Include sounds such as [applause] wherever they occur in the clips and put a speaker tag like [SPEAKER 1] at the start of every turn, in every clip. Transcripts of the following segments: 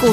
[SPEAKER 1] 股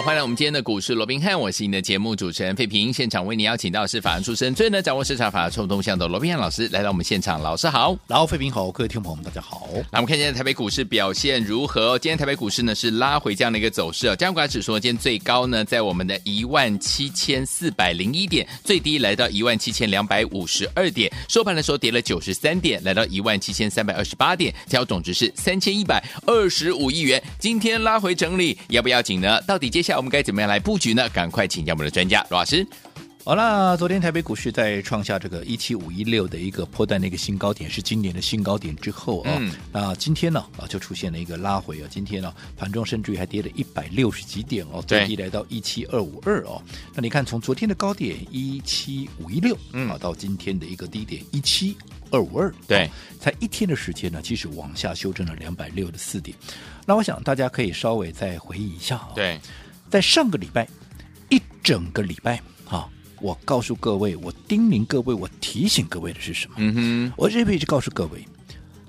[SPEAKER 2] 欢迎来我们今天的股市罗宾汉，我是你的节目主持人费平。现场为你邀请到的是法案出身、最能掌握市场法律冲动向的罗宾汉老师来到我们现场，老师好。
[SPEAKER 3] 然后，费平好，各位听众朋友们，大家好。
[SPEAKER 2] 那我们看今天台北股市表现如何？今天台北股市呢是拉回这样的一个走势哦。加权指数呢今天最高呢在我们的一万七千四百零一点，最低来到一万七千两百五十二点，收盘的时候跌了九十三点，来到一万七千三百二十八点，成交总值是三千一百二十五亿元。今天拉回整理，要不要紧呢？到底接下来我们该怎么样来布局呢？赶快请教我们的专家罗老师。
[SPEAKER 3] 好啦，昨天台北股市在创下这个一七五一六的一个波段的一个新高点，是今年的新高点之后啊、
[SPEAKER 2] 嗯
[SPEAKER 3] 那今天呢啊就出现了一个拉回啊，今天呢、盘中甚至于还跌了一百六十几点哦，
[SPEAKER 2] 对
[SPEAKER 3] 最低来到一七二五二哦。那你看从昨天的高点一七五一六
[SPEAKER 2] 嗯
[SPEAKER 3] 啊到今天的一个低点一七二五二，
[SPEAKER 2] 对
[SPEAKER 3] 啊才一天的时间呢，其实往下修正了两百六十四点。那我想大家可以稍微再回忆一下啊、
[SPEAKER 2] 对，
[SPEAKER 3] 在上个礼拜一整个礼拜啊，我告诉各位，我叮咛各位，我提醒各位的是什么？
[SPEAKER 2] 嗯哼，
[SPEAKER 3] 我这边一直告诉各位，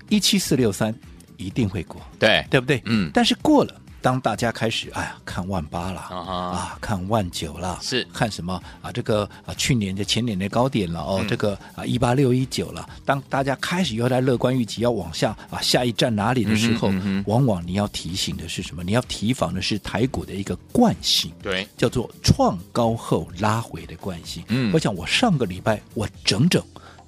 [SPEAKER 3] 一七四六三一定会过，
[SPEAKER 2] 对，
[SPEAKER 3] 对不对？
[SPEAKER 2] 嗯
[SPEAKER 3] 但是过了。当大家开始哎呀看万八啦，
[SPEAKER 2] 啊哈
[SPEAKER 3] 啊看万九啦，
[SPEAKER 2] 是
[SPEAKER 3] 看什么啊这个啊去年的前年的高点了哦，
[SPEAKER 2] 嗯
[SPEAKER 3] 这个啊一八六一九了。当大家开始又在乐观预期要往下啊下一站哪里的时候，
[SPEAKER 2] 嗯哼嗯哼
[SPEAKER 3] 往往你要提醒的是什么？你要提防的是台股的一个惯性。
[SPEAKER 2] 对，
[SPEAKER 3] 叫做创高后拉回的惯性。
[SPEAKER 2] 嗯
[SPEAKER 3] 我想我上个礼拜我整整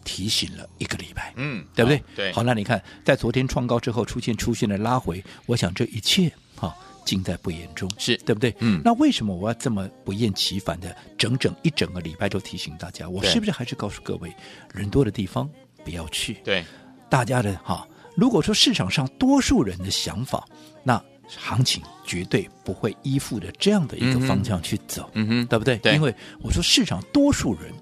[SPEAKER 3] 提醒了一个礼拜，
[SPEAKER 2] 嗯，
[SPEAKER 3] 对不对
[SPEAKER 2] 好？对，
[SPEAKER 3] 好，那你看，在昨天创高之后出现出现了拉回，我想这一切哈、尽在不言中，
[SPEAKER 2] 是
[SPEAKER 3] 对不对？
[SPEAKER 2] 嗯
[SPEAKER 3] 那为什么我要这么不厌其烦的整整一整个礼拜都提醒大家？我
[SPEAKER 2] 对
[SPEAKER 3] 是不是还是告诉各位，人多的地方不要去？
[SPEAKER 2] 对，
[SPEAKER 3] 大家的哈，如果说市场上多数人的想法，那行情绝对不会依附着这样的一个方向去走，
[SPEAKER 2] 嗯哼，
[SPEAKER 3] 对不对？
[SPEAKER 2] 对
[SPEAKER 3] 因为我说市场多数人。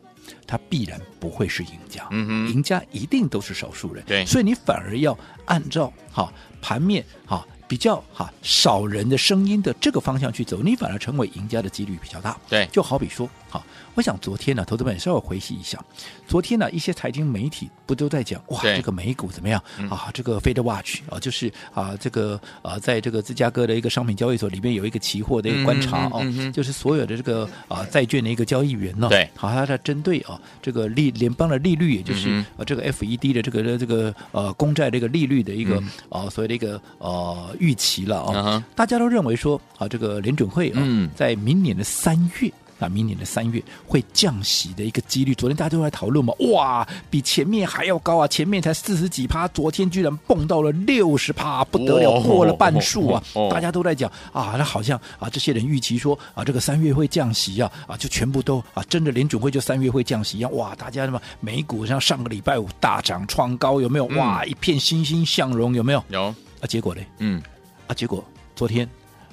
[SPEAKER 3] 他必然不会是赢家，
[SPEAKER 2] 嗯哼
[SPEAKER 3] 赢家一定都是少数人，
[SPEAKER 2] 对
[SPEAKER 3] 所以你反而要按照哈盘面哈比较哈少人的声音的这个方向去走，你反而成为赢家的几率比较大。
[SPEAKER 2] 对
[SPEAKER 3] 就好比说，好，我想昨天呢、投资们稍微回忆一下，昨天呢、一些财经媒体不都在讲哇，
[SPEAKER 2] 对嗯
[SPEAKER 3] 这个美股怎么样、啊？这个 Fed Watch 啊，就是啊，这个啊，在这个芝加哥的一个商品交易所里面有一个期货的一个观
[SPEAKER 2] 嗯
[SPEAKER 3] 察哦，
[SPEAKER 2] 嗯嗯嗯
[SPEAKER 3] 就是所有的这个啊债券的一个交易员呢、
[SPEAKER 2] 对
[SPEAKER 3] 好，他在针对啊这个利联邦的利率，也就是、
[SPEAKER 2] 嗯
[SPEAKER 3] 啊这个 FED 的这个这个呃公债这个利率的一个、啊所谓的一个呃预期了
[SPEAKER 2] 嗯
[SPEAKER 3] 啊、
[SPEAKER 2] 哼
[SPEAKER 3] 大家都认为说啊这个联准会啊、
[SPEAKER 2] 嗯
[SPEAKER 3] 在明年的三月。啊，明年的三月会降息的一个几率，昨天大家都在讨论嘛，哇，比前面还要高啊！前面才四十几趴，昨天居然蹦到了六十趴，不得了，
[SPEAKER 2] 哦
[SPEAKER 3] 过了半数啊！
[SPEAKER 2] 哦哦
[SPEAKER 3] 大家都在讲啊，那好像啊，这些人预期说啊，这个三月会降息啊，啊，就全部都啊，真的联准会就三月会降息一样，哇！大家那么美股像上个礼拜五大涨创高，有没
[SPEAKER 2] 嗯
[SPEAKER 3] 有？哇，一片欣欣向荣，有没有？
[SPEAKER 2] 有，
[SPEAKER 3] 啊，结果嘞？
[SPEAKER 2] 嗯，
[SPEAKER 3] 啊，结果昨天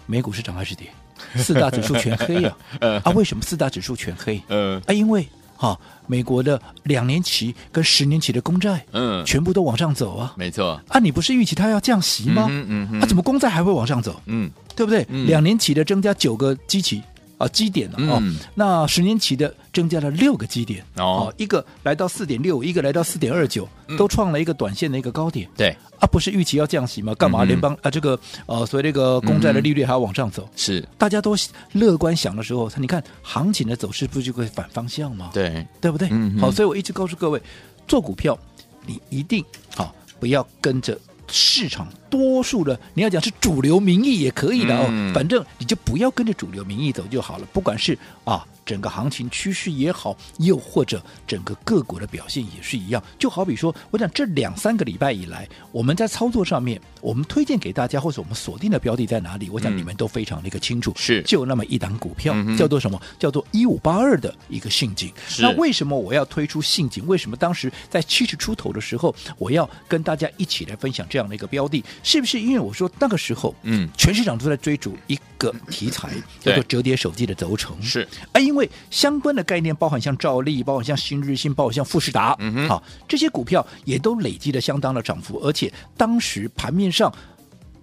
[SPEAKER 3] 美股市涨还是跌，四大指数全
[SPEAKER 2] [laughs]
[SPEAKER 3] 黑啊！
[SPEAKER 2] 嗯
[SPEAKER 3] 啊，为什么四大指数全黑？
[SPEAKER 2] 呃，
[SPEAKER 3] 啊，因为哈、美国的两年期跟十年期的公债，
[SPEAKER 2] 嗯
[SPEAKER 3] 全部都往上走啊！
[SPEAKER 2] 没错，
[SPEAKER 3] 啊，你不是预期它要降息吗？
[SPEAKER 2] 嗯哼嗯哼
[SPEAKER 3] 啊，怎么公债还会往上走？
[SPEAKER 2] 嗯，
[SPEAKER 3] 对不对？
[SPEAKER 2] 嗯
[SPEAKER 3] 两年期的增加九个基期啊基点了、哦，
[SPEAKER 2] 嗯
[SPEAKER 3] 那十年期的增加了六个基点
[SPEAKER 2] 哦嗯
[SPEAKER 3] 一个来到四点六，一个来到四点二九，都创了一个短线的一个高点。
[SPEAKER 2] 对，
[SPEAKER 3] 啊，不是预期要降息吗？干嘛
[SPEAKER 2] 嗯
[SPEAKER 3] 联邦、啊这个呃所谓这个公债的利率还要往上走？
[SPEAKER 2] 是，
[SPEAKER 3] 大家都乐观想的时候，你看行情的走势不就会反方向吗？
[SPEAKER 2] 对，
[SPEAKER 3] 对不对？
[SPEAKER 2] 嗯哼
[SPEAKER 3] 好，所以我一直告诉各位，做股票你一定好、不要跟着市场多数的，你要讲是主流民意也可以的哦，
[SPEAKER 2] 嗯
[SPEAKER 3] 反正你就不要跟着主流民意走就好了。不管是啊整个行情趋势也好，又或者整个个股的表现也是一样。就好比说，我讲这两三个礼拜以来，我们在操作上面，我们推荐给大家或者我们锁定的标的在哪里，我想
[SPEAKER 2] 嗯
[SPEAKER 3] 你们都非常的一个清楚。
[SPEAKER 2] 是
[SPEAKER 3] 就那么一档股票、
[SPEAKER 2] 嗯哼
[SPEAKER 3] 叫做什么？叫做一五八二的一个陷阱。
[SPEAKER 2] 是
[SPEAKER 3] 那为什么我要推出陷阱？为什么当时在七十出头的时候，我要跟大家一起来分享这样的一个标的，是不是？因为我说那个时候，
[SPEAKER 2] 嗯
[SPEAKER 3] 全市场都在追逐一个题材，
[SPEAKER 2] 对
[SPEAKER 3] 叫做折叠手机的轴承。
[SPEAKER 2] 是
[SPEAKER 3] 啊，因为相关的概念包含像兆利，包含像新日新，包含像富士达，
[SPEAKER 2] 嗯哼
[SPEAKER 3] 好，这些股票也都累积了相当的涨幅，而且当时盘面上。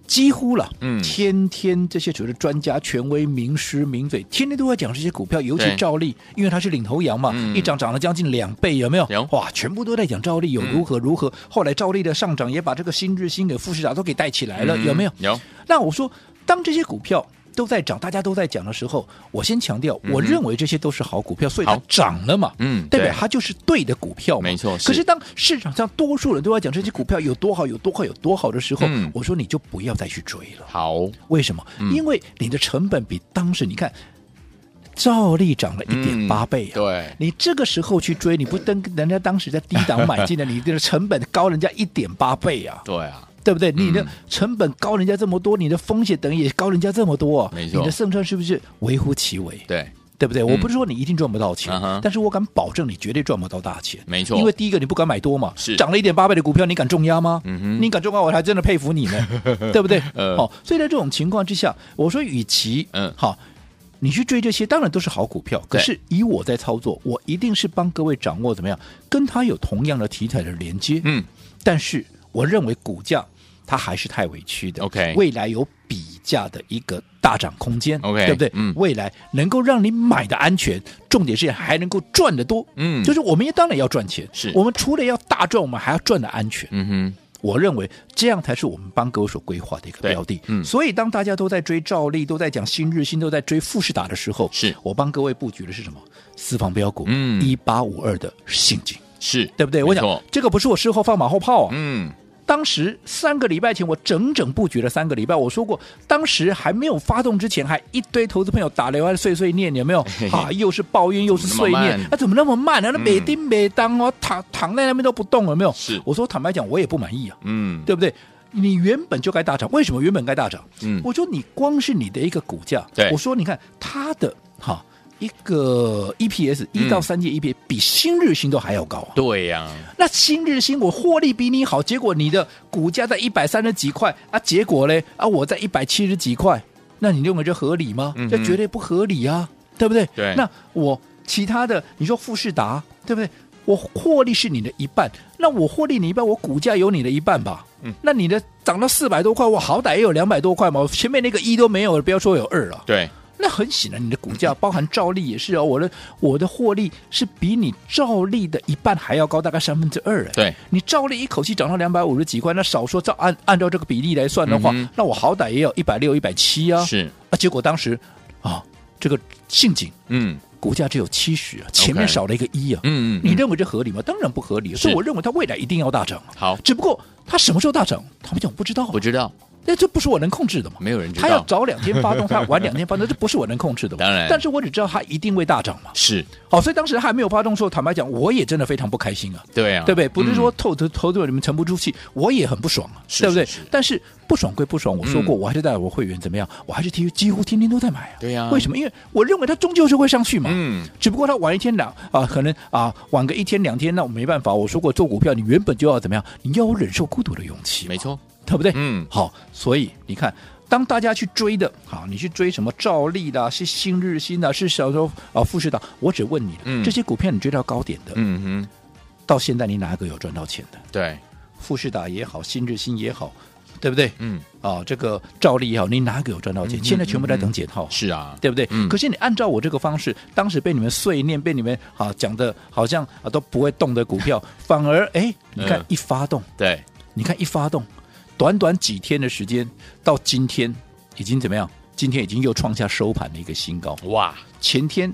[SPEAKER 3] 几乎了，
[SPEAKER 2] 嗯
[SPEAKER 3] 天天这些所谓的专家、权威、名师、名嘴，天天都在讲这些股票，尤其
[SPEAKER 2] 对
[SPEAKER 3] 兆利，因为它是领头羊嘛，
[SPEAKER 2] 嗯
[SPEAKER 3] 一涨涨了将近两倍，有没有？
[SPEAKER 2] 有嗯
[SPEAKER 3] 哇，全部都在讲兆利有如何如何。后来兆利的上涨也把这个新日新给富士达都给带起来了，
[SPEAKER 2] 嗯
[SPEAKER 3] 哎有没有？
[SPEAKER 2] 有，
[SPEAKER 3] 那我说，当这些股票都在涨，大家都在讲的时候，我先强调，我认为这些都是好股票，所以它
[SPEAKER 2] 嗯好
[SPEAKER 3] 涨了嘛，
[SPEAKER 2] 嗯
[SPEAKER 3] 代表
[SPEAKER 2] 对
[SPEAKER 3] 它就是对的股票嘛，
[SPEAKER 2] 没错是
[SPEAKER 3] 可是当市场上多数人都在讲这些股票有多好、有多好、有多好的时候，
[SPEAKER 2] 嗯
[SPEAKER 3] 我说你就不要再去追了。
[SPEAKER 2] 好，
[SPEAKER 3] 为什么？因为你的成本比当时你看，照例涨了一点八倍
[SPEAKER 2] 嗯
[SPEAKER 3] 啊。
[SPEAKER 2] 对，
[SPEAKER 3] 你这个时候去追，你不登人家当时在低档买
[SPEAKER 2] [laughs]
[SPEAKER 3] 进的，你的成本高人家一点八倍啊！
[SPEAKER 2] 对啊，
[SPEAKER 3] 对不对？你的
[SPEAKER 2] 嗯
[SPEAKER 3] 成本高人家这么多，你的风险等于也高人家这么多啊，
[SPEAKER 2] 没错
[SPEAKER 3] 你的胜算是不是微乎其微？
[SPEAKER 2] 对，
[SPEAKER 3] 对不对？我不是说你一定赚不到钱
[SPEAKER 2] 嗯哼，
[SPEAKER 3] 但是我敢保证你绝对赚不到大钱。
[SPEAKER 2] 没错
[SPEAKER 3] 因为第一个你不敢买多嘛，
[SPEAKER 2] 是
[SPEAKER 3] 涨了一点八倍的股票，你敢重压吗？
[SPEAKER 2] 嗯哼
[SPEAKER 3] 你敢重压，我还真的佩服你
[SPEAKER 2] [laughs]
[SPEAKER 3] 呢，对不对？
[SPEAKER 2] 呃
[SPEAKER 3] 好，所以在这种情况之下，我说与其
[SPEAKER 2] 嗯
[SPEAKER 3] 好。你去追这些，当然都是好股票。可
[SPEAKER 2] 对
[SPEAKER 3] 是以我在操作，我一定是帮各位掌握怎么样跟它有同样的题材的连接。
[SPEAKER 2] 嗯，
[SPEAKER 3] 但是我认为股价它还是太委屈的。
[SPEAKER 2] OK
[SPEAKER 3] 未来有比价的一个大涨空间。
[SPEAKER 2] OK，
[SPEAKER 3] 对不对？
[SPEAKER 2] 嗯
[SPEAKER 3] 未来能够让你买的安全，重点是还能够赚得多。
[SPEAKER 2] 嗯
[SPEAKER 3] 就是我们也当然要赚钱，
[SPEAKER 2] 是
[SPEAKER 3] 我们除了要大赚，我们还要赚的安全。
[SPEAKER 2] 嗯哼，
[SPEAKER 3] 我认为这样才是我们帮各位所规划的一个
[SPEAKER 2] 对
[SPEAKER 3] 标的。
[SPEAKER 2] 嗯
[SPEAKER 3] 所以当大家都在追兆利，都在讲新日新，都在追富士达的时候，
[SPEAKER 2] 是
[SPEAKER 3] 我帮各位布局的是什么？私房标股，
[SPEAKER 2] 嗯
[SPEAKER 3] 一八五二的信金，
[SPEAKER 2] 是
[SPEAKER 3] 对不对？
[SPEAKER 2] 没
[SPEAKER 3] 我想
[SPEAKER 2] 错
[SPEAKER 3] 这个不是我事后放马后炮啊，
[SPEAKER 2] 嗯，
[SPEAKER 3] 当时三个礼拜前，我整整布局了三个礼拜。我说过，当时还没有发动之前，还一堆投资朋友打电话碎碎念，有没有
[SPEAKER 2] 嘿？嘿
[SPEAKER 3] 啊，又是抱怨，又是
[SPEAKER 2] 怎么
[SPEAKER 3] 碎
[SPEAKER 2] 那么
[SPEAKER 3] 念
[SPEAKER 2] 慢，
[SPEAKER 3] 啊，怎么那么慢呢、啊？那每丁每当哦，躺躺在那边都不动，有没有？
[SPEAKER 2] 是
[SPEAKER 3] 我说坦白讲，我也不满意啊，
[SPEAKER 2] 嗯，
[SPEAKER 3] 对不对？你原本就该大涨，为什么原本该大涨？
[SPEAKER 2] 嗯
[SPEAKER 3] 我说你光是你的一个股价，
[SPEAKER 2] 对
[SPEAKER 3] 我说你看它的哈一个 EPS 一到
[SPEAKER 2] 嗯
[SPEAKER 3] 三届 EPS 比新日新都还要高啊。
[SPEAKER 2] 对呀、
[SPEAKER 3] 那新日新我获利比你好，结果你的股价在一百三十几块啊，结果嘞啊，我在一百七十几块，那你认为这合理吗
[SPEAKER 2] 嗯哼？
[SPEAKER 3] 这绝对不合理啊，对不对？
[SPEAKER 2] 对
[SPEAKER 3] 那我其他的，你说富士达，对不对？我获利是你的一半，那我获利你一半，我股价有你的一半吧？
[SPEAKER 2] 嗯，
[SPEAKER 3] 那你的涨到四百多块，我好歹也有两百多块嘛，我前面那个一都没有了，不要说有二了。
[SPEAKER 2] 对，
[SPEAKER 3] 那很显然，你的股价包含照例也是哦，我的我的获利是比你照例的一半还要高，大概三分之二。哎
[SPEAKER 2] 对，
[SPEAKER 3] 你照例一口气涨到两百五十几块，那少说照按按照这个比例来算的话，
[SPEAKER 2] 嗯哼
[SPEAKER 3] 那我好歹也有一百六、一百七啊。
[SPEAKER 2] 是，
[SPEAKER 3] 啊，结果当时啊，这个陷阱
[SPEAKER 2] 嗯
[SPEAKER 3] 股价只有七十啊，前面
[SPEAKER 2] OK
[SPEAKER 3] 少了一个一啊。
[SPEAKER 2] 嗯嗯，
[SPEAKER 3] 你
[SPEAKER 2] 嗯
[SPEAKER 3] 认为这合理吗？当然不合理，啊所以我认为它未来一定要大涨啊。
[SPEAKER 2] 好，
[SPEAKER 3] 只不过它什么时候大涨，他们讲不知道啊，
[SPEAKER 2] 不知道，
[SPEAKER 3] 那这不是我能控制的嘛。
[SPEAKER 2] 没有人知
[SPEAKER 3] 它要
[SPEAKER 2] 道，
[SPEAKER 3] 早两天发动，它晚两天发动，这不是我能控制的嘛。
[SPEAKER 2] 当然
[SPEAKER 3] 但是我只知道它一定会大涨嘛。
[SPEAKER 2] 是，
[SPEAKER 3] 好，所以当时还没有发动的时候，坦白讲，我也真的非常不开心啊，
[SPEAKER 2] 对啊，
[SPEAKER 3] 对不对？不是说
[SPEAKER 2] 嗯
[SPEAKER 3] 投投投资者你们沉不住气，我也很不爽啊，
[SPEAKER 2] 是
[SPEAKER 3] 对不对
[SPEAKER 2] 是是？
[SPEAKER 3] 但是不爽归不爽，我说过，我还是带我会员怎么样，我还是几乎几乎天天都在买啊。
[SPEAKER 2] 对呀
[SPEAKER 3] 为什么？因为我认为它终究是会上去嘛。
[SPEAKER 2] 嗯，
[SPEAKER 3] 只不过它晚一天两啊，可能啊晚个一天两天，那我没办法。我说过，做股票你原本就要怎么样，你要有忍受孤独的勇气嘛，
[SPEAKER 2] 没错，
[SPEAKER 3] 对不对？
[SPEAKER 2] 嗯
[SPEAKER 3] 好，所以你看，当大家去追的，好，你去追什么兆利的啊，是新日新的啊，是小时候啊富士的啊，我只问你，
[SPEAKER 2] 嗯
[SPEAKER 3] 这些股票你追到高点的，
[SPEAKER 2] 嗯哼，
[SPEAKER 3] 到现在你哪个有赚到钱的？
[SPEAKER 2] 对，
[SPEAKER 3] 富士达也好，新日新也好，对不对？
[SPEAKER 2] 嗯，
[SPEAKER 3] 啊，这个兆利也好，你哪个有赚到钱？
[SPEAKER 2] 嗯
[SPEAKER 3] 现在全部在等解套。
[SPEAKER 2] 是啊，
[SPEAKER 3] 对不对？
[SPEAKER 2] 嗯
[SPEAKER 3] 可是你按照我这个方式，当时被你们碎念，被你们啊讲的，好像啊都不会动的股票，反而哎，你看
[SPEAKER 2] 嗯
[SPEAKER 3] 一发动，
[SPEAKER 2] 对，
[SPEAKER 3] 你看一发动，短短几天的时间，到今天已经怎么样？今天已经又创下收盘的一个新高，
[SPEAKER 2] 哇，
[SPEAKER 3] 前天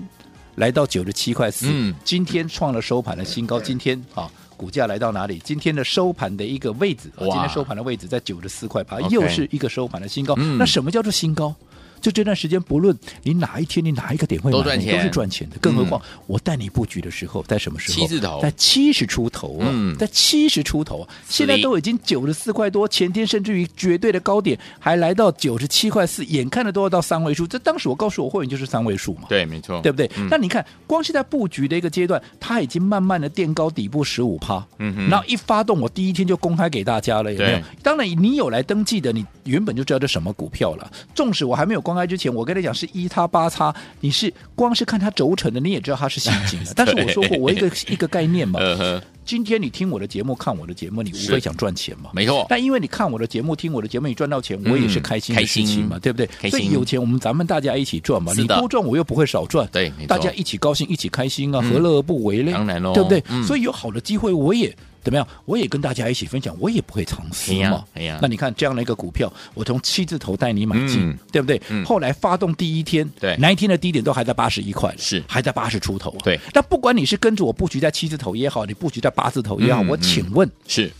[SPEAKER 3] 来到九十七块四、
[SPEAKER 2] 嗯
[SPEAKER 3] 今天创了收盘的新高，今天啊。股价来到哪里？今天的收盘的一个位置，
[SPEAKER 2] 哇
[SPEAKER 3] 啊今天收盘的位置在九十四块八，
[SPEAKER 2] OK
[SPEAKER 3] 又是一个收盘的新高。
[SPEAKER 2] 嗯
[SPEAKER 3] 那什么叫做新高？就这段时间，不论你哪一天、你哪一个点位买
[SPEAKER 2] 都赚钱嗯
[SPEAKER 3] 你都是赚钱的。更何况、我带你布局的时候，在什么时候？
[SPEAKER 2] 七字头
[SPEAKER 3] 在七十出头啊，
[SPEAKER 2] 嗯
[SPEAKER 3] 在七十出头啊，现在都已经九十四块多，前天甚至于绝对的高点还来到九十七块四，眼看着都要到三位数。这当时我告诉我会员就是三位数嘛。
[SPEAKER 2] 对，没错，
[SPEAKER 3] 对不对？
[SPEAKER 2] 嗯
[SPEAKER 3] 那你看，光是在布局的一个阶段，它已经慢慢的垫高底部十五趴，
[SPEAKER 2] 嗯哼
[SPEAKER 3] 然后一发动，我第一天就公开给大家了，有没有
[SPEAKER 2] 对？
[SPEAKER 3] 当然，你有来登记的，你原本就知道这什么股票了。纵使我还没有公开之前，我跟你讲是一叉八叉，你是光是看它轴承的，你也知道它是吸金的。但是我说过，我一个一个
[SPEAKER 2] [laughs]
[SPEAKER 3] 概念嘛，
[SPEAKER 2] 呃呵，
[SPEAKER 3] 今天你听我的节目，看我的节目，你无
[SPEAKER 2] 是
[SPEAKER 3] 非想赚钱嘛。
[SPEAKER 2] 没错，嗯
[SPEAKER 3] 但因为你看我的节目，听我的节目，你赚到钱，我也是开心的事情嘛，
[SPEAKER 2] 开心
[SPEAKER 3] 对不
[SPEAKER 2] 开心
[SPEAKER 3] 对？所以有钱，我们咱们大家一起赚嘛，
[SPEAKER 2] 是
[SPEAKER 3] 你
[SPEAKER 2] 的
[SPEAKER 3] 多赚，我又不会少赚，
[SPEAKER 2] 对没错
[SPEAKER 3] 大家一起高兴，一起开心啊，
[SPEAKER 2] 嗯
[SPEAKER 3] 何乐而不为嘞？
[SPEAKER 2] 当然咯
[SPEAKER 3] 对不对
[SPEAKER 2] 嗯？
[SPEAKER 3] 所以有好的机会，我也。怎么样？我也跟大家一起分享，我也不会藏私
[SPEAKER 2] 哎呀
[SPEAKER 3] 嘛。
[SPEAKER 2] 哎呀
[SPEAKER 3] 那你看这样的一个股票，我从七字头带你买进，
[SPEAKER 2] 嗯
[SPEAKER 3] 对不对？
[SPEAKER 2] 嗯
[SPEAKER 3] 后来发动第一天，
[SPEAKER 2] 对
[SPEAKER 3] 那一天的低点都还在八十一块了，
[SPEAKER 2] 是
[SPEAKER 3] 还在八十出头啊。
[SPEAKER 2] 对，
[SPEAKER 3] 那不管你是跟着我布局在七字头也好，你布局在八字头也好，
[SPEAKER 2] 嗯
[SPEAKER 3] 我
[SPEAKER 2] 嗯
[SPEAKER 3] 请问
[SPEAKER 2] 是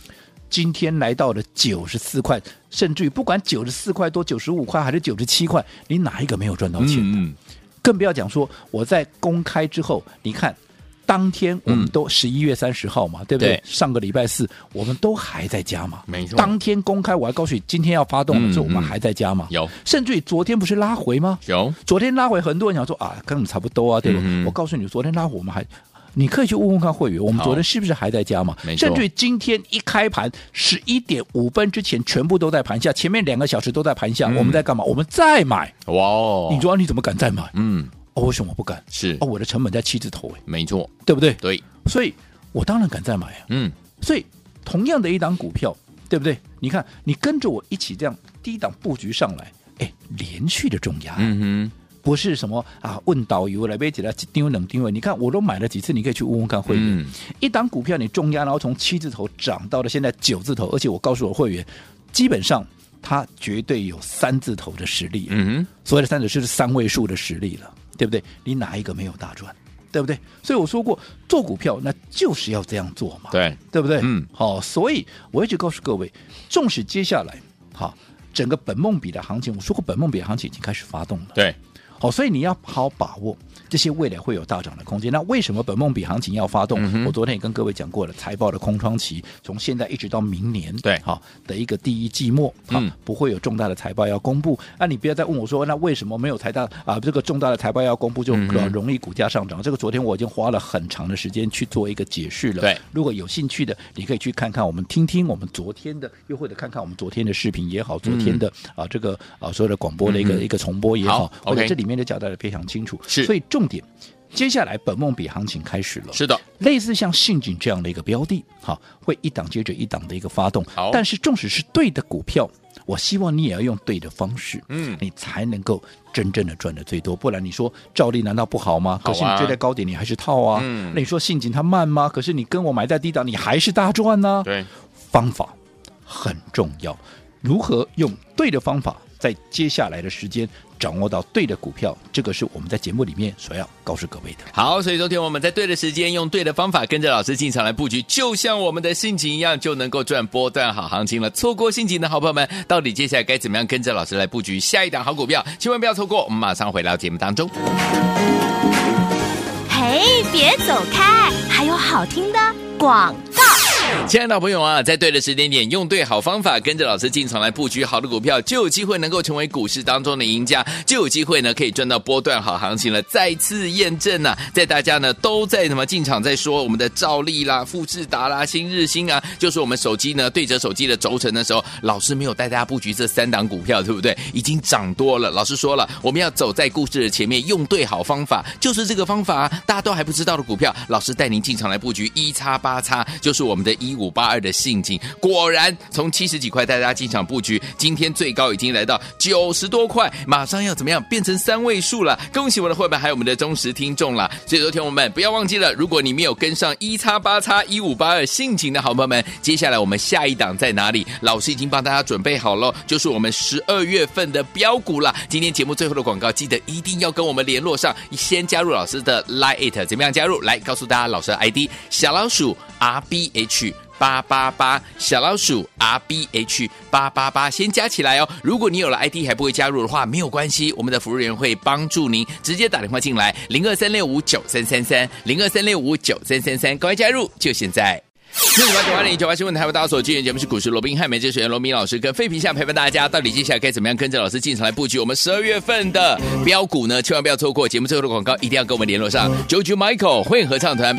[SPEAKER 3] 今天来到了九十四块，甚至于不管九十四块多、九十五块还是九十七块，你哪一个没有赚到钱？
[SPEAKER 2] 嗯嗯，
[SPEAKER 3] 更不要讲说我在公开之后，你看。当天我们都十一月三十号嘛，对不对？
[SPEAKER 2] 嗯对
[SPEAKER 3] 上个礼拜四我们都还在加嘛，
[SPEAKER 2] 没错
[SPEAKER 3] 当天公开，我还告诉你今天要发动
[SPEAKER 2] 嗯
[SPEAKER 3] 了，所以我们
[SPEAKER 2] 嗯
[SPEAKER 3] 还在加嘛。
[SPEAKER 2] 有
[SPEAKER 3] 甚至于昨天不是拉回吗？
[SPEAKER 2] 有，
[SPEAKER 3] 昨天拉回，很多人想说啊，跟我们差不多啊，对吧？
[SPEAKER 2] 嗯哼
[SPEAKER 3] 我告诉你，昨天拉回我们还，你可以去问问看会员，我们
[SPEAKER 2] 好
[SPEAKER 3] 昨天是不是还在加嘛
[SPEAKER 2] 没？错
[SPEAKER 3] 甚至于今天一开盘十一点五分之前，全部都在盘下，前面两个小时都在盘下，
[SPEAKER 2] 嗯
[SPEAKER 3] 我们在干嘛？我们再买。
[SPEAKER 2] 哇哦，
[SPEAKER 3] 你说、啊你怎么敢再买？
[SPEAKER 2] 嗯，
[SPEAKER 3] 哦，为什么我不敢？
[SPEAKER 2] 是
[SPEAKER 3] 哦，我的成本在七字头，哎，
[SPEAKER 2] 没错，
[SPEAKER 3] 对不对？
[SPEAKER 2] 对，
[SPEAKER 3] 所以我当然敢再买啊。
[SPEAKER 2] 嗯，
[SPEAKER 3] 所以同样的一档股票，对不对？你看，你跟着我一起这样低档布局上来，哎，连续的重压，
[SPEAKER 2] 嗯
[SPEAKER 3] 不是什么啊，问导游来被起来几丢冷定位，你看我都买了几次，你可以去问问看
[SPEAKER 2] 哼，
[SPEAKER 3] 会员。
[SPEAKER 2] 嗯，
[SPEAKER 3] 一档股票你重压，然后从七字头涨到了现在九字头，而且我告诉我会员，基本上它绝对有三字头的实力。
[SPEAKER 2] 嗯
[SPEAKER 3] 所谓的三字就是三位数的实力了，对不对？你哪一个没有大赚？对不对？所以我说过，做股票那就是要这样做嘛
[SPEAKER 2] 哼，。对，
[SPEAKER 3] 对不对？
[SPEAKER 2] 嗯
[SPEAKER 3] 好、所以我一直告诉各位，纵使接下来好、整个本梦比的行情，我说过本梦比的行情已经开始发动了。
[SPEAKER 2] 对，
[SPEAKER 3] 好，哦所以你要好好把握这些未来会有大涨的空间。那为什么本梦比行情要发动？
[SPEAKER 2] 嗯哼
[SPEAKER 3] 我昨天也跟各位讲过了，财报的空窗期从现在一直到明年，
[SPEAKER 2] 对
[SPEAKER 3] 好的一个第一季末，好、
[SPEAKER 2] 嗯
[SPEAKER 3] 不会有重大的财报要公布。那你不要再问我说，那为什么没有财大啊？这个重大的财报要公布就
[SPEAKER 2] 嗯哼
[SPEAKER 3] 容易股价上涨？这个昨天我已经花了很长的时间去做一个解释了。
[SPEAKER 2] 对
[SPEAKER 3] 如果有兴趣的，你可以去看看我们听听我们昨天的，又或者看看我们昨天的视频也好，昨天的、啊这个啊所有的广播的一
[SPEAKER 2] 嗯
[SPEAKER 3] 个、
[SPEAKER 2] 嗯哼
[SPEAKER 3] 一个重播也好
[SPEAKER 2] 好，
[SPEAKER 3] 或者
[SPEAKER 2] OK
[SPEAKER 3] 这里面的交代的非常清楚。
[SPEAKER 2] 是
[SPEAKER 3] 所以重点，接下来本梦比行情开始了。
[SPEAKER 2] 是的，
[SPEAKER 3] 类似像信锦这样的一个标的，好，会一档接着一档的一个发动
[SPEAKER 2] 好。
[SPEAKER 3] 但是，纵使是对的股票，我希望你也要用对的方式，
[SPEAKER 2] 嗯
[SPEAKER 3] 你才能够真正的赚的最多。不然你说照例难道不好吗？
[SPEAKER 2] 好啊
[SPEAKER 3] 可是你追在高点，你还是套啊。
[SPEAKER 2] 嗯
[SPEAKER 3] 那你说信锦它慢吗？可是你跟我买在低档，你还是大赚啊呢、
[SPEAKER 2] 对，
[SPEAKER 3] 方法很重要，如何用对的方法，在接下来的时间掌握到对的股票，这个是我们在节目里面所要告诉各位的。
[SPEAKER 2] 好，所以昨天我们在对的时间，用对的方法，跟着老师进场来布局，就像我们的信锦一样，就能够赚波段好行情了。错过信锦的好朋友们，到底接下来该怎么样跟着老师来布局下一档好股票？千万不要错过，我们马上回到节目当中。
[SPEAKER 1] 嘿，别走开，还有好听的广告。
[SPEAKER 2] 亲爱的朋友啊，在对的时间点，用对好方法，跟着老师进场来布局好的股票，就有机会能够成为股市当中的赢家，就有机会呢可以赚到波段好行情了。再次验证呐、在大家呢都在什么进场在说我们的兆利啦、富士达啦、新日新啊，就是我们手机呢对折手机的轴承的时候，老师没有带大家布局这三档股票，对不对？已经涨多了。老师说了，我们要走在故事的前面，用对好方法，就是这个方法、啊，大家都还不知道的股票，老师带您进场来布局一叉八叉，就是我们的一五八二的信金，果然从七十几块带大家进场布局，今天最高已经来到九十多块，马上要怎么样变成三位数了？恭喜我的会员还有我们的忠实听众啦！所以昨天我们不要忘记了，如果你没有跟上一叉八叉一五八二信金的好朋友们，接下来我们下一档在哪里？老师已经帮大家准备好了，就是我们十二月份的标股啦。今天节目最后的广告，记得一定要跟我们联络上，先加入老师的 Line It，怎么样加入？来告诉大家老师的 ID 小老鼠 R B H。八八八，小老鼠 R B H 八八八，先加起来哦。如果你有了 ID 还不会加入的话，没有关系，我们的服务员会帮助您，直接打电话进来，零二三六五九三三三，零二三六五九三三三，赶快加入，就现在。六五八九八零九八新闻台，为大家所进行的节目是股市罗宾汉，美这学员罗明老师跟费皮相陪伴大家，到底接下来该怎么样跟着老师进场来布局我们十二月份的标股呢？千万不要错过节目最后的广告，一定要跟我们联络上。九九 Michael 混合唱团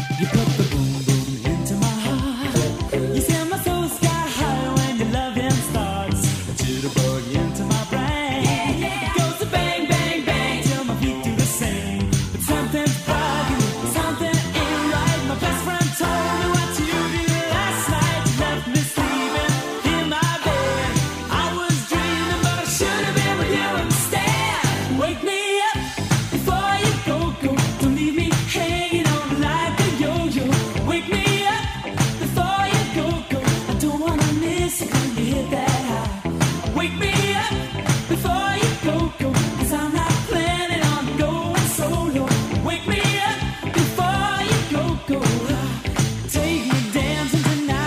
[SPEAKER 4] into my heart. You send my soul sky high when your loving starts. A jitterbug into my brain. It goes to bang, bang, bang till my feet do the same. But something's bugging, something ain't right. My best friend told me what you did last night. You left me sleeping in my bed. I was dreaming, but I should have been with you instead. Wake me up before you go, go. Don't leave me hanging on like a yo-yo. Wake me up before you go, go. I don't wanna miss it when you hit that high. Wake me up before you go, go. Cause I'm not planning on going solo. Wake me up before you go, go. Take me dancing tonight.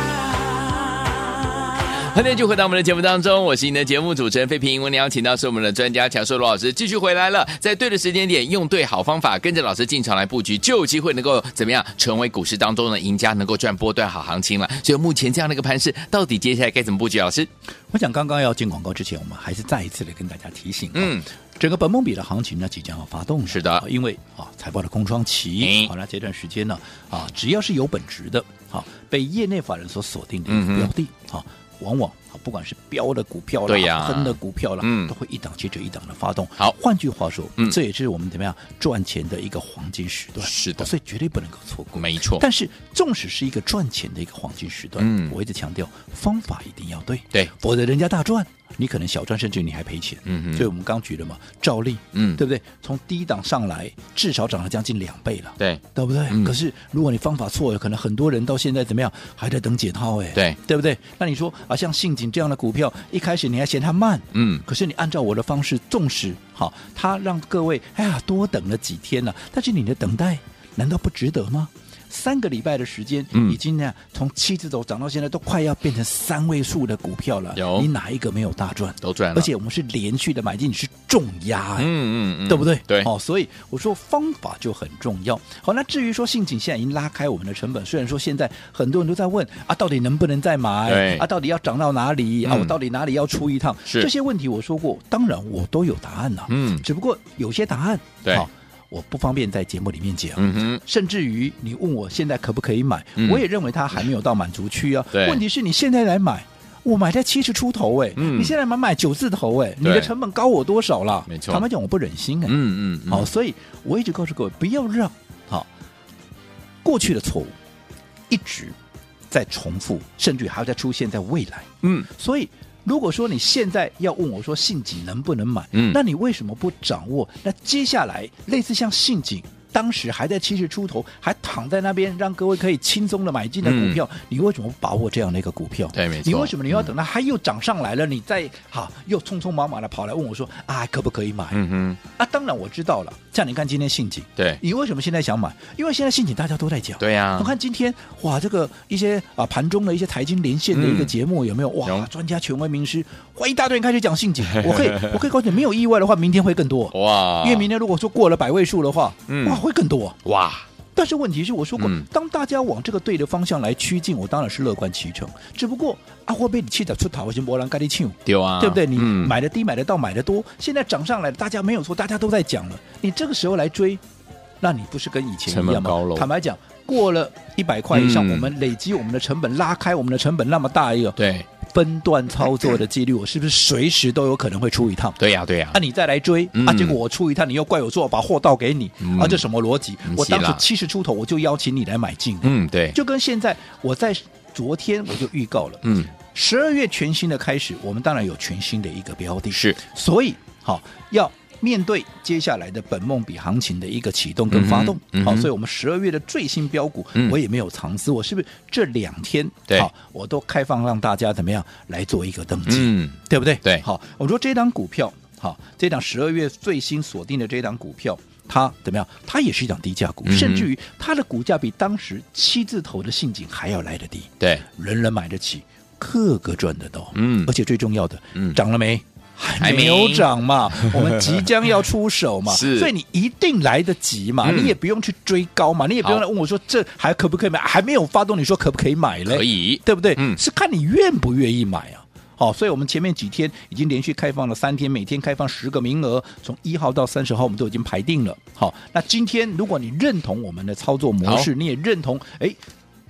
[SPEAKER 2] 欢迎继续回到我们的节目当中，我是您的节目主持人费平。我们邀请到是我们的专家强硕罗老师，继续回来了，在对的时间点，用对好方法，跟着老师进场来布局，就有机会能够怎么样成为股市当中的赢家，能够赚波段好行情了。所以目前这样的一个盘势，到底接下来该怎么布局？老师，
[SPEAKER 3] 我想刚刚要进广告之前，我们还是再一次的跟大家提醒、嗯。
[SPEAKER 2] 嗯，
[SPEAKER 3] 整个本梦比的行情呢即将要发动了，
[SPEAKER 2] 是的
[SPEAKER 3] 啊因为啊财报的空窗期
[SPEAKER 2] 哎，
[SPEAKER 3] 好、那这段时间呢啊只要是有本质的，好、被业内法人所锁定
[SPEAKER 2] 嗯
[SPEAKER 3] 的一个标的，好、往往啊不管是标的股票啦，
[SPEAKER 2] 对呀
[SPEAKER 3] 喷的股票啦，
[SPEAKER 2] 嗯
[SPEAKER 3] 都会一档接着一档的发动。
[SPEAKER 2] 好
[SPEAKER 3] 换句话说，
[SPEAKER 2] 嗯
[SPEAKER 3] 这也是我们怎么样赚钱的一个黄金时段，
[SPEAKER 2] 是的
[SPEAKER 3] 哦所以绝对不能够错过。
[SPEAKER 2] 没错，
[SPEAKER 3] 但是，纵使是一个赚钱的一个黄金时段，
[SPEAKER 2] 嗯
[SPEAKER 3] 我一直强调方法一定要对，
[SPEAKER 2] 对
[SPEAKER 3] 否则人家大赚，你可能小赚，甚至你还赔钱。
[SPEAKER 2] 嗯哼
[SPEAKER 3] 所以我们刚举了嘛，照例，
[SPEAKER 2] 嗯
[SPEAKER 3] 对不对？从低档上来，至少涨了将近两倍了，
[SPEAKER 2] 对
[SPEAKER 3] 对不对？
[SPEAKER 2] 嗯
[SPEAKER 3] 可是如果你方法错了，可能很多人到现在怎么样，还在等解套，哎，
[SPEAKER 2] 对
[SPEAKER 3] 对不对？那你说啊，像信锦这样的股票，一开始你还嫌它慢，
[SPEAKER 2] 嗯，
[SPEAKER 3] 可是你按照我的方式，纵使好，他让各位哎呀多等了几天了，但是你的等待难道不值得吗？三个礼拜的时间，
[SPEAKER 2] 嗯
[SPEAKER 3] 已经呢从七字头涨到现在，都快要变成三位数的股票了。
[SPEAKER 2] 有
[SPEAKER 3] 你哪一个没有大赚？
[SPEAKER 2] 都赚了，
[SPEAKER 3] 而且我们是连续的买进，你是重压、哎
[SPEAKER 2] 嗯，嗯嗯
[SPEAKER 3] 对不对？
[SPEAKER 2] 对，
[SPEAKER 3] 哦，所以我说方法就很重要。好，那至于说信锦现在已经拉开我们的成本，虽然说现在很多人都在问啊，到底能不能
[SPEAKER 2] 对
[SPEAKER 3] 再买？啊，到底要涨到哪里？啊，
[SPEAKER 2] 嗯
[SPEAKER 3] 我到底哪里要出一趟？
[SPEAKER 2] 是
[SPEAKER 3] 这些问题我说过，当然我都有答案了、
[SPEAKER 2] 嗯
[SPEAKER 3] 只不过有些答案，
[SPEAKER 2] 对
[SPEAKER 3] 好我不方便在节目里面讲。
[SPEAKER 2] 嗯哼，
[SPEAKER 3] 甚至于你问我现在可不可以买，
[SPEAKER 2] 嗯
[SPEAKER 3] 我也认为它还没有到满足区啊。
[SPEAKER 2] 对
[SPEAKER 3] 问题是你现在来买，我买在七十出头哎、
[SPEAKER 2] 嗯
[SPEAKER 3] 你现在买买九字头哎、你的成本高我多少了？
[SPEAKER 2] 没错
[SPEAKER 3] 坦白讲我不忍心哎、
[SPEAKER 2] 嗯嗯，嗯
[SPEAKER 3] 好，，所以我一直告诉各位，不要让好过去的错误一直在重复，甚至还要再出现在未来。
[SPEAKER 2] 嗯，
[SPEAKER 3] 所以，如果说你现在要问我说信锦能不能买，
[SPEAKER 2] 嗯
[SPEAKER 3] 那你为什么不掌握？那接下来类似像信锦。当时还在七十出头，还躺在那边让各位可以轻松的买进的股票，你为什么不把握这样的一个股票？
[SPEAKER 2] 嗯对没错
[SPEAKER 3] 你为什么你要等它它又涨上来了，你再好又匆匆忙忙的跑来问我说啊，可不可以买？
[SPEAKER 2] 嗯哼，
[SPEAKER 3] 啊，当然我知道了。像你看今天信锦，
[SPEAKER 2] 对
[SPEAKER 3] 你为什么现在想买？因为现在信锦大家都在讲。
[SPEAKER 2] 对呀
[SPEAKER 3] 我，看今天哇，这个一些啊盘中的一些财经连线的一个节目有没有？
[SPEAKER 2] 有
[SPEAKER 3] 哇，专家权威名师，哇，一大堆人开始讲
[SPEAKER 2] [laughs]
[SPEAKER 3] 信锦。我可以，我可以告诉你，没有意外的话，明天会更多。
[SPEAKER 2] 哇，
[SPEAKER 3] 因为明天如果说过了百位数的话，
[SPEAKER 2] 哦嗯
[SPEAKER 3] 哇，会更多。
[SPEAKER 2] 哇，
[SPEAKER 3] 但是问题是，我说过，
[SPEAKER 2] 嗯
[SPEAKER 3] 当大家往这个对的方向来趋近，我当然是乐观其成。只不过啊，会被你气得出逃，我先波兰盖地庆。
[SPEAKER 2] 丢啊，
[SPEAKER 3] 对不对？你
[SPEAKER 2] 嗯
[SPEAKER 3] 买的低，买的到，买的多，现在涨上来了，大家没有错，大家都在讲了。你这个时候来追，那你不是跟以前
[SPEAKER 2] 成
[SPEAKER 3] 一
[SPEAKER 2] 本
[SPEAKER 3] 样
[SPEAKER 2] 高
[SPEAKER 3] 吗
[SPEAKER 2] 喽？
[SPEAKER 3] 坦白讲，过了一百块以上，
[SPEAKER 2] 嗯
[SPEAKER 3] 我们累积我们的成本，拉开我们的成本那么大一个
[SPEAKER 2] 对
[SPEAKER 3] 分段操作的
[SPEAKER 2] 嗯
[SPEAKER 3] 纪律，我是不是随时都有可能会出一趟？
[SPEAKER 2] 对呀对呀
[SPEAKER 3] 啊，，你再来追、啊！
[SPEAKER 2] 嗯
[SPEAKER 3] 结果我出一趟，你又怪我做，把货倒给你、
[SPEAKER 2] 嗯
[SPEAKER 3] 啊！这什么逻辑
[SPEAKER 2] 嗯？
[SPEAKER 3] 我当
[SPEAKER 2] 是
[SPEAKER 3] 时
[SPEAKER 2] 啦
[SPEAKER 3] 七十出头，我就邀请你来买进，
[SPEAKER 2] 嗯对，
[SPEAKER 3] 就跟现在我在昨天我就预告了，
[SPEAKER 2] 嗯
[SPEAKER 3] 十二月全新的开始，我们当然有全新的一个标的，
[SPEAKER 2] 是，
[SPEAKER 3] 所以好要面对接下来的本梦比行情的一个启动跟发动，
[SPEAKER 2] 嗯哼嗯
[SPEAKER 3] 好，
[SPEAKER 2] 哼
[SPEAKER 3] 所以我们十二月的最新标股，
[SPEAKER 2] 嗯
[SPEAKER 3] 我也没有藏私，我是不是这两天
[SPEAKER 2] 对
[SPEAKER 3] 好，我都开放让大家怎么样来做一个登记，
[SPEAKER 2] 嗯
[SPEAKER 3] 对不对？
[SPEAKER 2] 对
[SPEAKER 3] 好，我说这档股票，好，这档十二月最新锁定的这档股票，它怎么样？它也是一档低价股，
[SPEAKER 2] 嗯哼
[SPEAKER 3] 甚至于它的股价比当时七字头的信锦还要来得低，
[SPEAKER 2] 对，
[SPEAKER 3] 人人买得起，个个赚得到。
[SPEAKER 2] 嗯
[SPEAKER 3] 而且最重要的，
[SPEAKER 2] 嗯
[SPEAKER 3] 涨了没？
[SPEAKER 2] 还
[SPEAKER 3] 还
[SPEAKER 2] 没
[SPEAKER 3] 没有涨
[SPEAKER 2] [laughs]
[SPEAKER 3] 嘛，我们即将要出手嘛，
[SPEAKER 2] 是
[SPEAKER 3] 所以你一定来得及嘛，
[SPEAKER 2] 嗯
[SPEAKER 3] 你也不用去追高嘛，你也不用
[SPEAKER 2] 好
[SPEAKER 3] 来问我说这还可不可以买，还没有发动，你说可不可以买嘞？
[SPEAKER 2] 可以，
[SPEAKER 3] 对不对？
[SPEAKER 2] 嗯
[SPEAKER 3] 是看你愿不愿意买啊。好，所以我们前面几天已经连续开放了三天，每天开放十个名额，从一号到三十号我们都已经排定了。好，那今天如果你认同我们的操作模式，你也认同，哎。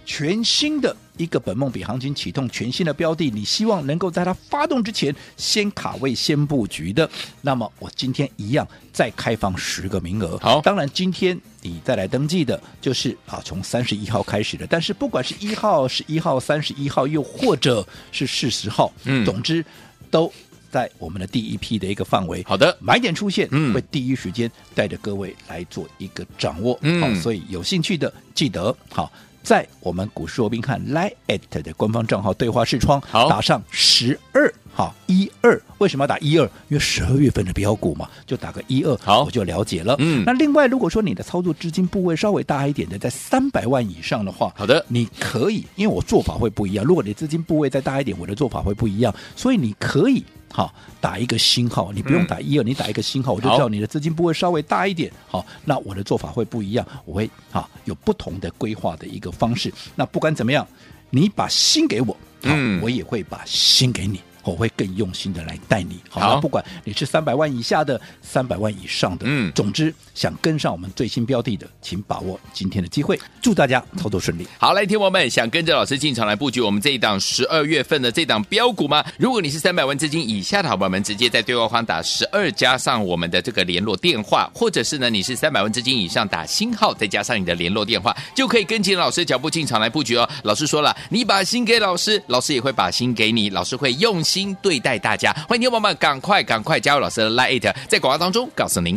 [SPEAKER 3] 全新的一个本梦比行情启动，全新的标的，你希望能够在它发动之前先卡位、先布局的，那么我今天一样再开放十个名额。
[SPEAKER 2] 好
[SPEAKER 3] 当然今天你再来登记的，就是啊从三十一号开始的。但是不管是一号、十一号、三十一号，又或者是四十号，
[SPEAKER 2] 嗯
[SPEAKER 3] 总之都在我们的第一批的一个范围。
[SPEAKER 2] 好的，
[SPEAKER 3] 买点出现，
[SPEAKER 2] 嗯
[SPEAKER 3] 会第一时间带着各位来做一个掌握。
[SPEAKER 2] 嗯
[SPEAKER 3] 好，所以有兴趣的记得好。在我们股市罗宾汉 Line at 的官方账号对话视窗，
[SPEAKER 2] 好
[SPEAKER 3] 打上十二，好一二，为什么要打一二？因为十二月份的标股嘛，就打个一二，
[SPEAKER 2] 好
[SPEAKER 3] 我就了解了。
[SPEAKER 2] 嗯
[SPEAKER 3] 那另外如果说你的操作资金部位稍微大一点的，在三百万以上的话，
[SPEAKER 2] 好的
[SPEAKER 3] 你可以，因为我做法会不一样。如果你资金部位再大一点，我的做法会不一样，所以你可以好打一个星号，你不用
[SPEAKER 2] 嗯
[SPEAKER 3] 打一二、你打一个星号，我就
[SPEAKER 2] 好
[SPEAKER 3] 知道你的资金部位稍微大一点。好，那我的做法会不一样，我会好有不同的规划的一个方式。那不管怎么样，你把心给我，好
[SPEAKER 2] 嗯
[SPEAKER 3] 我也会把心给你。我会更用心的来带你，好，
[SPEAKER 2] 好
[SPEAKER 3] 那不管你是三百万以下的，三百万以上的，
[SPEAKER 2] 嗯
[SPEAKER 3] 总之想跟上我们最新标的的，请把握今天的机会，祝大家操作顺利。
[SPEAKER 2] 好，来，听众朋友们，想跟着老师进场来布局我们这一档十二月份的这档标股吗？如果你是三百万资金以下的好朋友们，直接在对话框打十二加上我们的这个联络电话，或者是呢你是三百万资金以上打星号再加上你的联络电话，就可以跟紧老师的脚步进场来布局哦。老师说了，你把心给老师，老师也会把心给你，老师会用心对待大家。欢迎听众朋友们赶快赶快加入老师的 Lite，在广告当中告诉您。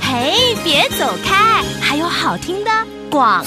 [SPEAKER 1] 嘿，别走开，还有好听的广。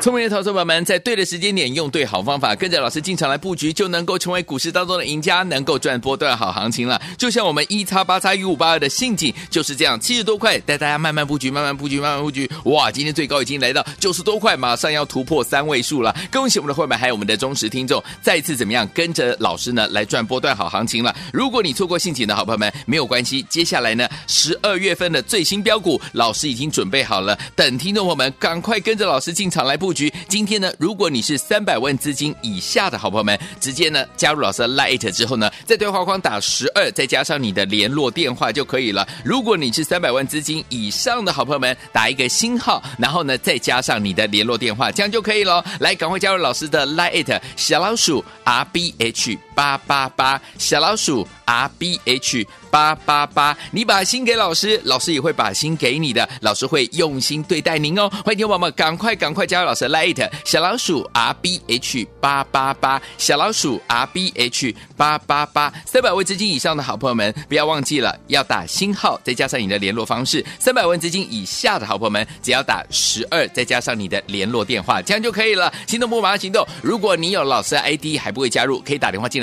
[SPEAKER 2] 聪明的投资者朋友们，在对的时间点用对好方法，跟着老师进场来布局，就能够成为股市当中的赢家，能够赚波段好行情了。就像我们一叉八叉一五八二的陷阱就是这样，七十多块带大家慢慢布局，慢慢布局，慢慢布局。哇，今天最高已经来到九十多块，马上要突破三位数了。恭喜我们的会员，还有我们的忠实听众，再次怎么样跟着老师呢来赚波段好行情了。如果你错过陷阱的好朋友们，没有关系，接下来呢十二月份的最新标股，老师已经准备好了，等听众朋友们赶快跟着老师进场来布局。今天呢，如果你是三百万资金以下的好朋友们，直接呢加入老师的 Lite 之后呢，在对话框打十二，再加上你的联络电话就可以了。如果你是三百万资金以上的好朋友们，打一个星号，然后呢再加上你的联络电话，这样就可以了。来，赶快加入老师的 Lite 小老鼠 R B H 八八八小老鼠 R B H。八八八，你把心给老师，老师也会把心给你的，老师会用心对待您哦。欢迎听众朋友们赶快赶快加入老师 Lite 小老鼠 R B H 八八八，小老鼠 R B H 八八八，三百位资金以上的好朋友们，不要忘记了要打星号，再加上你的联络方式。三百万资金以下的好朋友们，只要打十二，再加上你的联络电话，这样就可以了。心动不如马上行动。如果你有老师的 ID 还不会加入，可以打电话进